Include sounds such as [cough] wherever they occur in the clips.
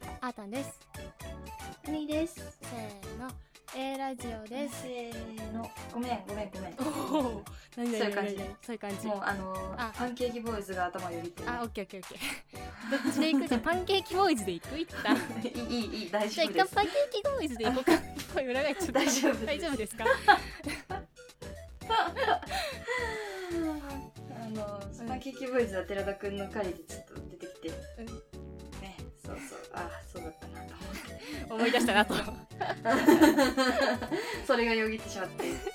ーたんですくにです。せーの A ラジオでですせーの。ごめん、ごめん、ごめん。おおそうそういう感じそういう感じもう、あのーあパンケーキボーイズが頭よぎってる。あオッケーオッケーオッケ [laughs] ーどっちで行くじゃあパンケーキボーイズで行く一旦いい、いい、いい、大じゃ丈あ一旦夫です。パンケーキボーイズで行こうか声裏返っちゃった大丈夫です大丈夫ですかあのーうんパンケーキボーイズは寺田くんの回でちょっと出てきて。うんね、そうそう、あ、そうだったなと思って。 [laughs] 思い出したなとそれがよぎってしまって。そうそうそ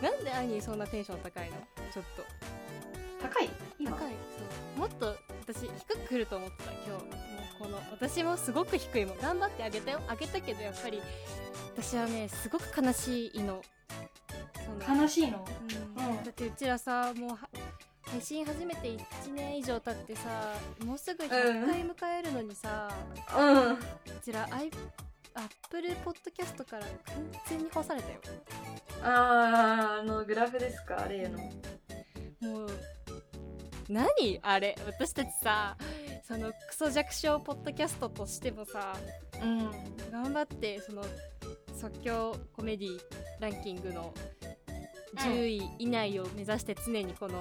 うなんで兄そんなテンション高いのちょっと高い今高いそうもっと私低く来ると思ってた今日もうこの私もすごく低いもん頑張ってあげたよあげたけどやっぱり私はねすごく悲しいのその悲しいのうんうんだってうちらさもうは配信始めて1年以上経ってさもうすぐ100回迎えるのにさ、うんうちらアイアップルポッドキャストから完全に干されたよあーあのグラフですか例のもう何あれ私たちさそのクソ弱小ポッドキャストとしてもさうん頑張ってその即興コメディランキングのん10位以内を目指して常にこの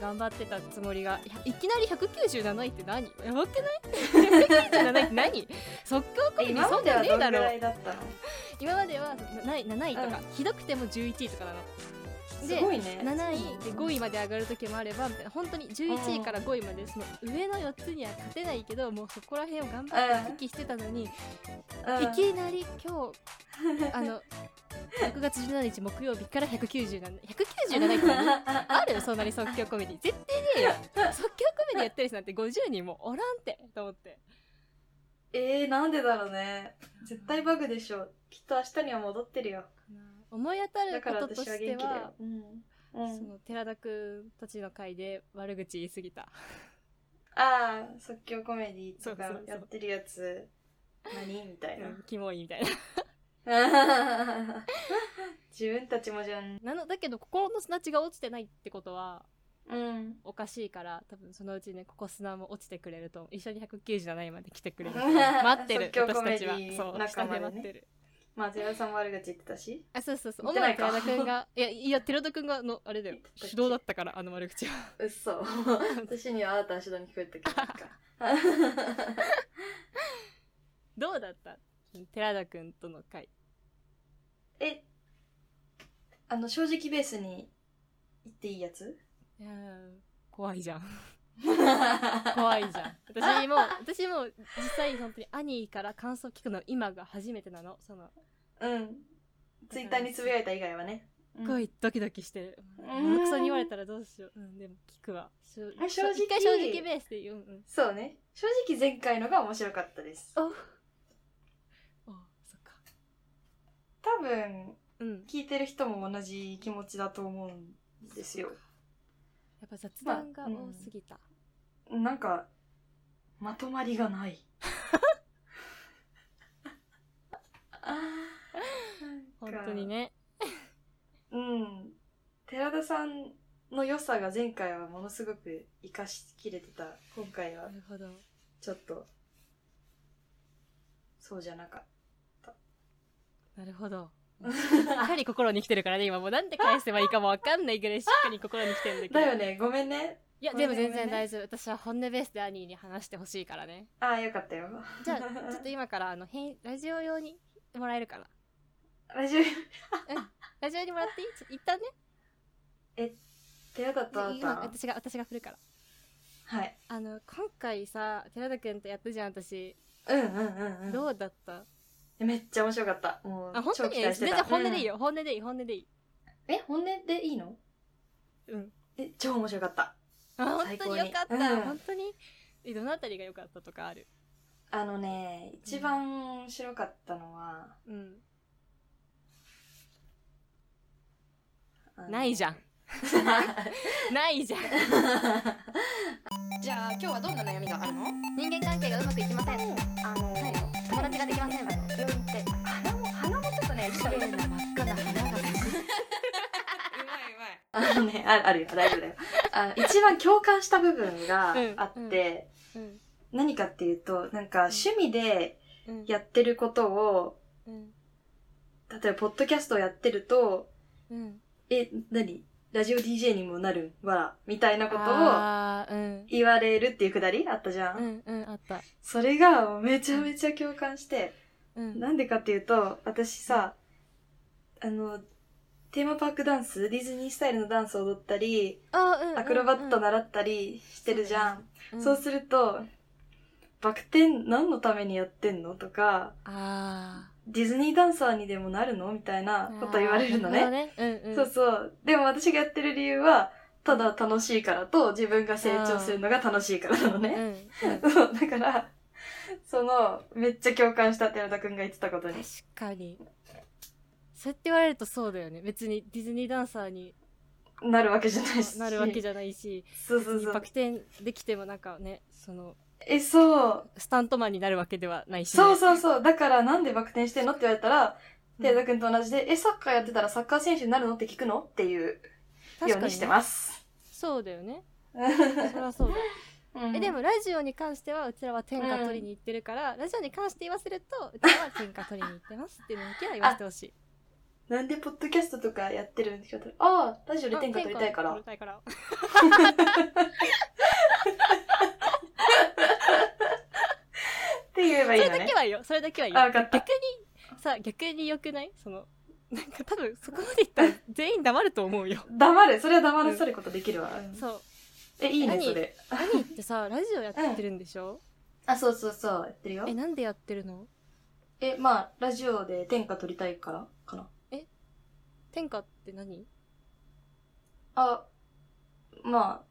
頑張ってたつもりがいやいきなり197位って何やばくない ?197 位って何即興コメディ今そまんでなはねえどんだぐろらいだったの今までは7位 ,7 位とか、ひどくても11位とかなの。すでごいね7位で5位まで上がる時もあればみたいな本当に11位から5位までその上の4つには勝てないけどもうそこら辺を頑張って復帰してたのに、いうんきなり今日あの6月17日木曜日から197 197位って [laughs] 何あるそんなに即興コメディ絶対ねえよ即興コメディやってる人なんて50人もおらんってと思ってえー、なんでだろうね絶対バグでしょきっと明日には戻ってるよ思い当ただるからことと私はし元て気だはよ、うんうそん、の寺田君たちの会で悪口言いすぎたああ即興コメディとそかうそうそうやってるやつ何みたいなうんキモいみたいな [laughs] 自分たちもじゃんなのだけど心の砂地が落ちてないってことはうんおかしいから多分そのうちねここ砂も落ちてくれると一緒に197位まで来てくれ [laughs] る待ってる即興私コメたデちはィそう仲下間で待でねってるまあ寺田さんも悪口言ってたしあそうそうそう言っ主てなに寺いか田くん [laughs] がいやいや寺田くんがあのあれだよ言ってたっけ主導だったからあの悪口はうっ [laughs] そ私にはあなた足取に聞こえたけどいいかどうだった寺田くんとの会 [laughs] えあの正直ベースに言っていいや [laughs] ついやー怖いじゃん怖いじ [laughs] ゃん私も私も実際本当に兄から感想聞くの今が初めてなのそのうんツイッターにつぶやいた以外はねすっごいドキドキしてる。うんマクソに言われたらどうしよう。うん、でも聞くわ。しょあ正直一回正直ベースで言う。うんうん。そうね正直前回のが面白かったですおあ、そっか。多分うん。聞いてる人も同じ気持ちだと思うんですよやっぱ雑談が多すぎた。なんかまとまりがないなんか [laughs] 本当にね。うん寺田さんの良さが前回はものすごく生かしきれてた今回はなるほど。ちょっとそうじゃなかっなるほ [laughs] ど。しっかり心に来てるからね、今もうなんて返せばいいかもわかんないぐらいしっかり心に来てるんだけど。ただよ。ねごめんねいや、でも全然大丈夫。私は本音ベースで兄に話してほしいからね。ああよかったよじゃあ、ちょっと今からあの、編ラジオ用にもらえるかな。ラジオラジオにもらっていいちょ一旦ね。 [laughs] え寺田とあ今、った私が、私が振るから。はいあの今回さ寺田君とやったじゃん私、うんうんうんうんどうだっためっちゃ面白かったもうあ本当超に期待して全た然本音でいいよ、本音でいい本音でいいうんえ本音でいいのうんえ超面白かったあ本最当高にによかった、うん本当にえどのあたりが良かったとかあるあのね一番面白かったのは、うんあのないじゃん [laughs] ないじゃんじゃあ今日はどんな悩みがあるの人間関係がうまくいきません。あの、友達ができません。病院って鼻も鼻もちょっとね、綺麗な真っ赤な鼻が。あのね、ああるよ、大丈夫だよ。あ一番共感した部分がうんあって、うん何かっていうと、なんか趣味でうんやってることを、うん例えばポッドキャストをやってると、うんえ、何ラジオ DJ にもなるわら、みたいなことをあーうん言われるっていうくだりあったじゃん。うんうんあったそれがもうめちゃめちゃ共感して、うんなんでかっていうと、私さ、あの、テーマパークダンス、ディズニースタイルのダンスを踊ったり、あーうんアクロバット習ったりしてるじゃん。そうすると、バク転何のためにやってんのとか、あディズニーダンサーにでもなるのみたいなあこと言われるのね。うんうんそうそう。でも私がやってる理由は、ただ楽しいからと自分が成長するのが楽しいからなのうんね。うんそう、だから、その、めっちゃ共感した寺田くんが言ってたことに確。かにそうやって言われるとそうだよね別にディズニーダンサーになるわけじゃないし。なるわけじじゃないしそう別そうにそバうク。転できてもなんかねそのえ、そう。スタントマンになるわけではないしね、そうそうそう。だからなんでバク転してんのって言われたら、寺田くんと同じで、え、サッカーやってたらサッカー選手になるのって聞くのっていうようにしすてます。そうだよねそれうは [laughs] そうだん [laughs] えでもラジオに関してはうちらは天下取りに行ってるから、ラジオに関して言わせるとうちらは天下取りに行ってますっていうのだけは言わせてほしいなんでポッドキャストとかやってるんですかああ、ラジオで天下取りたいから天下取。りたいからって言えばいそいれのだねけ。はよそれだけはよあ、わかった逆。にさ逆に良くないそのなんか多分そこまでいったら全員黙ると思うよ黙れ。それは黙らせることできるわ。うんそうえ、いいね、何それ。兄ってさラジオやってるんでしょ、あ、そうそうそう。やってるよえ。なんでやってるのえ、まあ、ラジオで天下取りたいからかな。天下って何あ、ま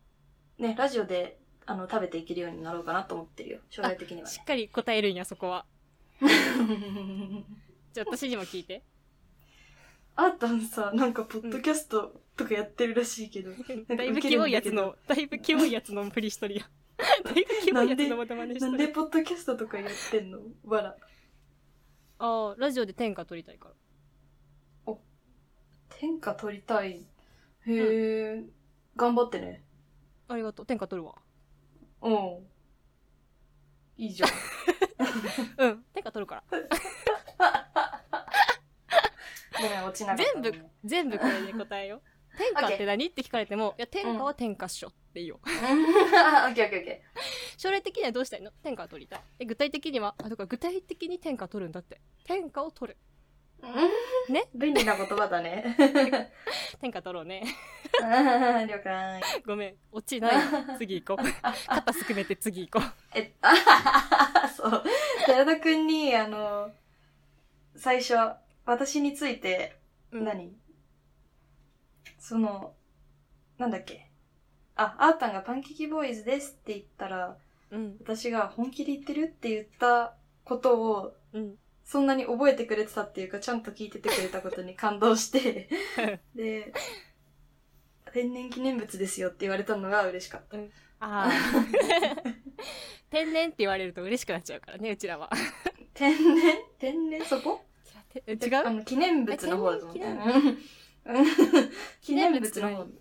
あ、ね、ラジオで、あの、食べていけるようになろうかなと思ってるよ。将来的にはしっかり答えるんやそこはね。じゃあ私にも聞い [laughs] てあーたんさ、なんか、ポッドキャストとかやってるらしいけど。だいぶキモいやつのだいぶキモいやつのプリしとるやん [laughs] だいぶキモいやつのまたまねしなとんでるポッドキャストとかやってんのわら。ああラジオで天下取りたいから天下取りたい。へえ、頑張ってね。ありがとう天下取るわうん。いいじゃん。うん天下取るからごめん、落ちなかった全ね、部全部これで答えよ [laughs] う天下って何って聞かれてもいや天下は天下っしょっていいようん。オッケーオッケーオッケ将来的にはどうしたいの天下を取りたいえ具体的にはあだから具体的に天下を取るんだって天下を取るー。ね便利な言葉 [laughs] だね。天下取ろうね [laughs] うん了解。ごめん落ち [laughs] ないわ次行こう肩すくめて次行こえっと、 [laughs] あはははそう。寺田くんに、あの、最初、私について、う、うん、何その、なんだっけ。あ、あーたんがパンケーキボーイズですって言ったら、うん私が本気で言ってるって言ったことを、うんそんなに覚えてくれてたっていうか、ちゃんと聞いててくれたことに感 [laughs] 動して、で、天然記念物ですよって言われたのが嬉しかった。ああ [laughs] 天然って言われると嬉しくなっちゃうからねうちらは天然天然そこ違うえあの、記念物の方だと思う。うん [laughs] 記念物の方。うん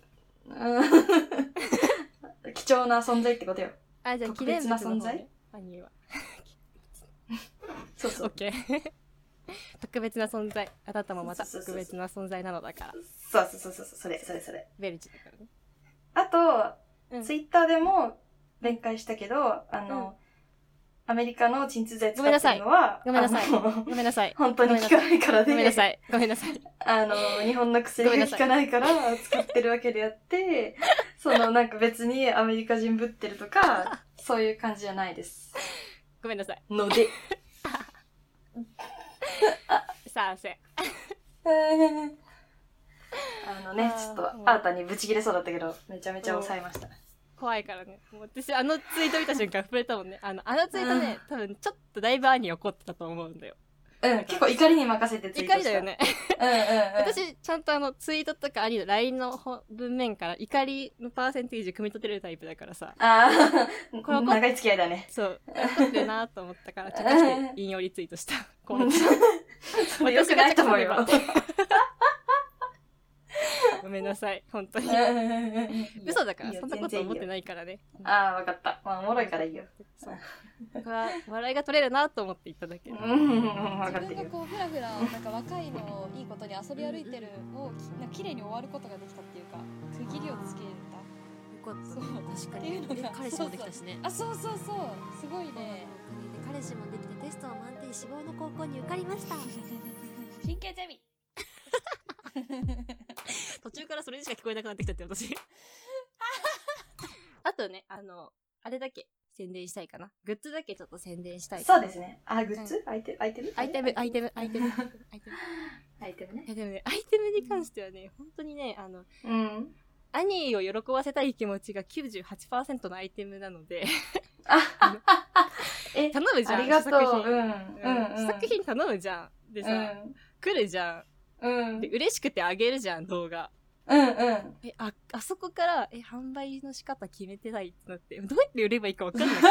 [laughs] 貴重な存在ってことよ。あじゃあ記特念別物なの方、存在ね、兄はそうそオッう。ケー [laughs] 特別な存在あなたもまたそうそうそ特うそ別うな存在なのだからそうそうそうそう。それ、それ、それ。ベルチだからねあうと、んツイッターでも弁解したけど、あの、アメリカの鎮痛剤使ってるのは、ごめんなさいあのごめんなさい本当に効か [laughs] ないからで、ごめんなさいごめんなさいあの、日本の薬が効かないから使ってるわけで [laughs] あって、そのなんか別にアメリカ人ぶってるとか、そういう感じじゃないです。ごめんなさいので。さあせんあのねあ、ーちょっと、もうあーたにブチ切れそうだったけど、めちゃめちゃ抑えました。怖いからねもう私あのツイート見た瞬間触れたもんねあのあのツイートね多分ちょっとだいぶ兄怒ってたと思うんだようん、結構怒りに任せてツイート怒りした。だよ。ねうんうん、うん。私ちゃんとあのツイートとか兄の LINE のほ文面から怒りのパーセンテージ組み立てるタイプだからさああ、これ怒っ長い付き合いだね。そう怒ってるなと思ったからちょっとして引用リツイートした怖い [laughs] それ良くないと思うよ。私が着火すればごめんめんなさい本当に嘘だからそんなこと思ってないからねうんああ、わかった。まあ、おもろいからいいよ。そう僕は笑いが取れるなと思って言っただけうん、うんわかっ自てるよ。分がこうふらふらなんか若いのをいいことに遊び歩いてるをきなんか綺麗に終わることができたっていうか区切りをつけたかっそうた確かっていにうのがで彼氏もできたしねあそうそうそうすごいねで彼氏もできてテストは満点志望の高校に受かりました真剣ゼミ [laughs] 途中からそれにしか聞こえなくなってきたって私 [laughs] あとねあのあれだけ宣伝したいかなグッズだけちょっと宣伝したいそうですね。あ、グッズアイテムアイテムアイテムアイテムアイ [laughs] テムアイテムアイテムねい。やでもね、アイテムに関してはね、本当にね、あの、うん。兄を喜ばせたい気持ちが98%のアイテムなので、え、頼むじゃん。ありがとう。試作うん。品。うん。うん試作品頼むじゃん。でさ、来るじゃ。うん。うんんで、。嬉しくてあげるじゃん、動画。うん。うん。え、あ、あそこから、え、販売の仕方決めてないってなって、どうやって売ればいいかわかんなく [laughs] て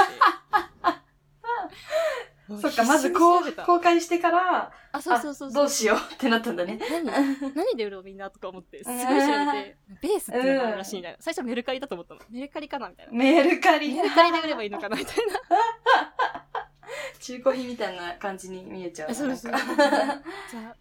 もうそ必死っか、にまずこ調べうた公開してから、あ、そうそうそうあそう。どうしようってなったんだね。 [laughs] 何何で売ろうみんなとか思って、すごい調べて、ベースっていうのがあるらしいみたいな。最初メルカリだと思ったの。メルカリかなみたい [laughs] な。メルカリメ。ルカリで売ればいいのかなみたいな。中古品みたいな感じに見えちゃうな。そう [laughs] そうなんかじゃあ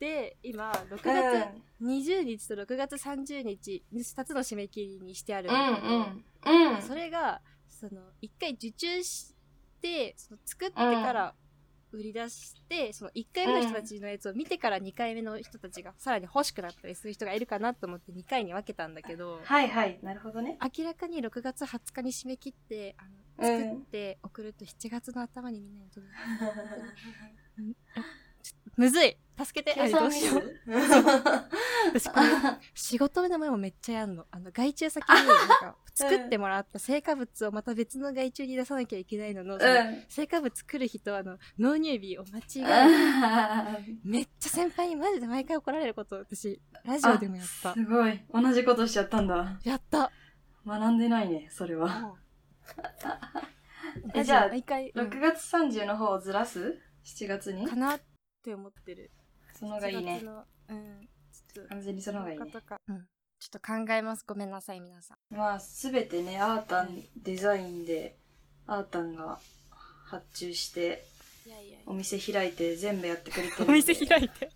で、今、6うん。うん月20日と6月30日、2つの締め切りにしてあるんうだけど、ん。うん。それが、その、一回受注して、その作ってから売り出して、その1回目の人たちのやつを見てから2回目の人たちがさらに欲しくなったりする人がいるかなと思って2回に分けたんだけど、はいはい。なるほ [laughs] どね。明らかに6月20日に締め切って、あのうん作って送ると7月の頭にみんなに届く。むずい助けてあれどうしよう。私これ [laughs] 仕事の前もめっちゃやんの。あの、外注先に、なん [laughs] か、作ってもらった成果物をまた別の外注に出さなきゃいけないのの、そのうん。成果物来る日と、あの、納入日を間違え、あーめっちゃ先輩にマジで毎回怒られること、私、ラジオでもやった。すごい。同じことしちゃったんだ。やった。学んでないね、それは。えラジじオゃあ毎回、うん6月30の方をずらす ?7 月にかなって思ってる。その方がいい7ね月。の。うん。ちょっと、完全にその方がいいねと。か、うん。ちょっと考えます。ごめんなさい、皆さん。まあ、すべてね、アータンデザインで、アータンが発注して、いやいやお店開いて全部やってくれてるん [laughs] で。お店開いて。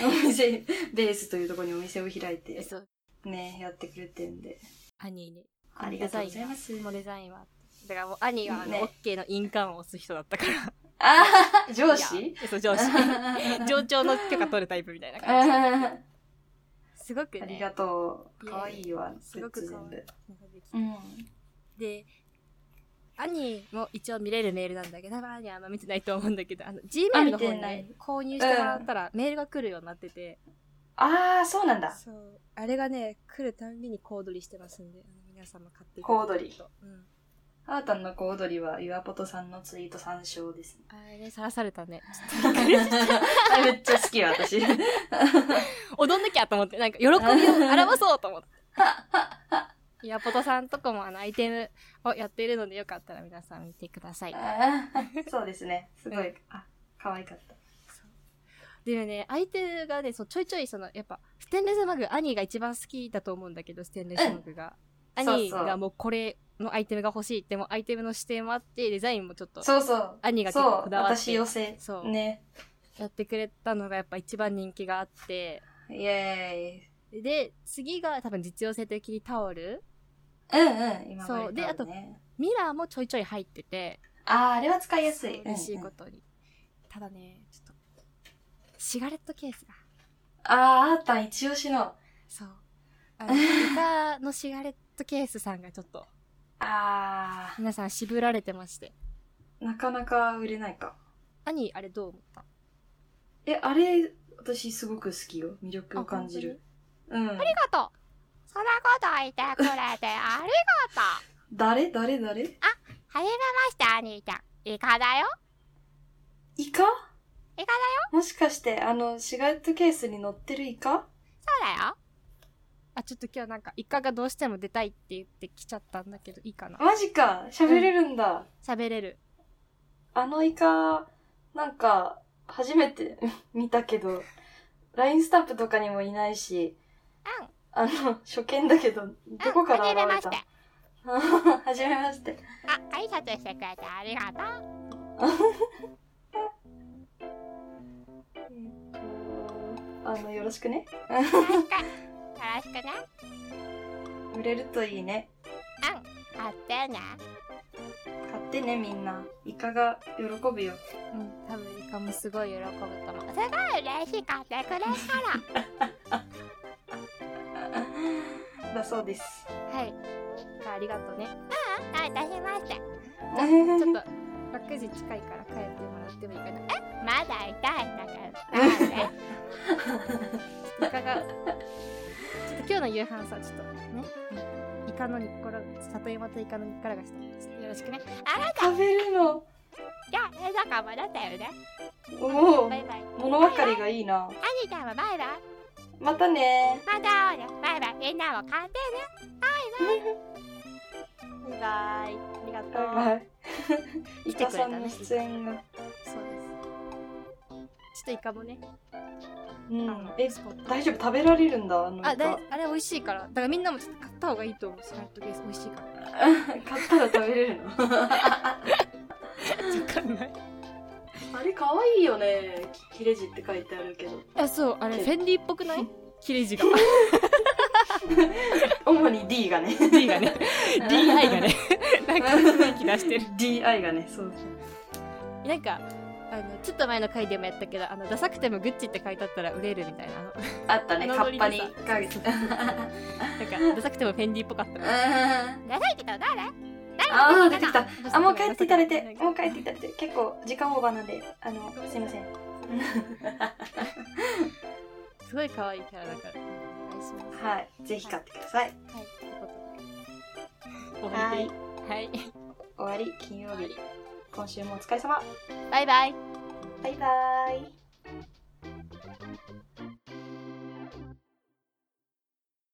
お店、ベースというところにお店を開いて、そう。ね、やってくれてんで。兄に。ありがとうございます。もうデザインは。だからもう兄があの、ね OK の印鑑を押す人だったから。ああ、上い司やそう、上 [laughs] 司。上長の許可取るタイプみたいな感じだったあすごくね。りがとう。いえいえかわいいわ、すグごッズく可全愛い部。のができてうん。で、兄も一応見れるメールなんだけど、多分兄はあんま見てないと思うんだけど、あの、Gmail の方あ見てになねい、購入してもらったらメールが来るようになってて、ああ、そうなんだ。そう。あれがね、来るたんびに小踊りしてますんで、あの皆さんも買ってい小躍りりうん。アータンの小踊りは、ゆアポトさんのツイート参照です [laughs] ね。あれね、さらされたね。あれめっちゃ好きよ、私。踊んなきゃと思って、なんか喜びを表そうと思 [laughs] って。イヤポトさんとこもあのアイテムをやっているのでよかったら皆さん見てください。あーそうですね。すごい、あ、可愛かった。でね、相手がね、そうちょいちょいその、やっぱ、ステンレスマグ、兄が一番好きだと思うんだけど、ステンレスマグが。うん兄そうそがうもうこれのアイテムが欲しいって、もうアイテムの指定もあって、デザインもちょっとそうそう。兄が結構そこう、だわっ私て寄せ。そうね。やってくれたのがやっぱ一番人気があって、イエで、次が多分実用性的にタオルーイ。うんうん、今そうそう。でで、ああとと、ミラーもちょいちょい入ってて、あー、あれは使いやすい。嬉しいうんうこんとに、ただねちょっとシガレットケースがあー、あーたん一押しの。そうあ [laughs] の歌のシガレットケースさんがちょっとあ皆さん渋られてましてー、なかなか売れないか。兄あれどう思ったえ、あれ、私すごく好きよ。魅力を感じる。うん。ありがとうそんなこと言ってくれ [laughs] てありがとう誰誰誰はじめまして兄ちゃんイカだよイカイカだよもしかして、あの、シガレットケースに乗ってるイカそうだよあちょっと今日なんかイカがどうしても出たいって言ってきちゃったんだけどいいかなマジか喋れるんだ。喋れるあのイカ、なんか、初めて見たけど、LINE スタンプとかにもいないし、あの、初見だけど、どこからは現じめまれしてた。はじめまして。あ挨拶してくれてありがとうえっとあの、よろしくね。よろしくよろしくね [laughs] 売れるといいね。買ってね買ってね、みんな。イカが喜ぶよ。うん、多分イカもすごい喜ぶと思う。すごい嬉しかったくれたら [laughs] だそうです。はい。イカありが [laughs] とうね。あいたしましてちょっと、6時近いから帰ってもらってもいいかな。えまだ痛いんだけどなんでちょっとイカ [laughs] が、ちょっと今日の夕飯さ、ちょっとね、イカの煮っころ、里山とイカの煮っころがした。ちょっとよろしくね。食べるの。じゃあ冷蔵庫戻ったよねおおバ、イバイ物分かりがいいな。兄ちゃんもバイバイまたね。また会おうねバイバイみんなも買ってねバイバイ。ありがとう。バイバイ。イ来てカくれたさねんの出演が。そうです。ちょっとイカもね、うん。え、そう大丈夫食べられるんだ、あのイカ。あだいあれ美味しいから、だからみんなもちょっと買った方がいいと思う。スラットケース美味しいから。 [laughs] 買ったら食べれるのわかんない。 [laughs] あれ可愛いよねき切れ字って書いてあるけどあ、そう、あれフェンディっぽくない切れ字 [laughs] が。主に D がね D が [laughs] ね、DI が [laughs] ね、なんか雰囲気出してる。 DI がねそうなんか、あの、ちょっと前の回でもやったけど、あの、ダサくてもグッチって書いてあったら売れるみたいな。あのあったねあのカッパにノリでさかけて [laughs] [laughs] なんか、ダサくてもフェンディっぽかったら。あ出されてた誰あー出てきたあもう帰っていただいなてんかもう帰っていただいて結構時間オーバーなんであのすいませんすごい可愛いキャラだから。お願いします。はいぜひ買ってくださいはい。ということで。終わりでいいはい。終わり金曜日今週もお疲れ様バイバイバイバーイ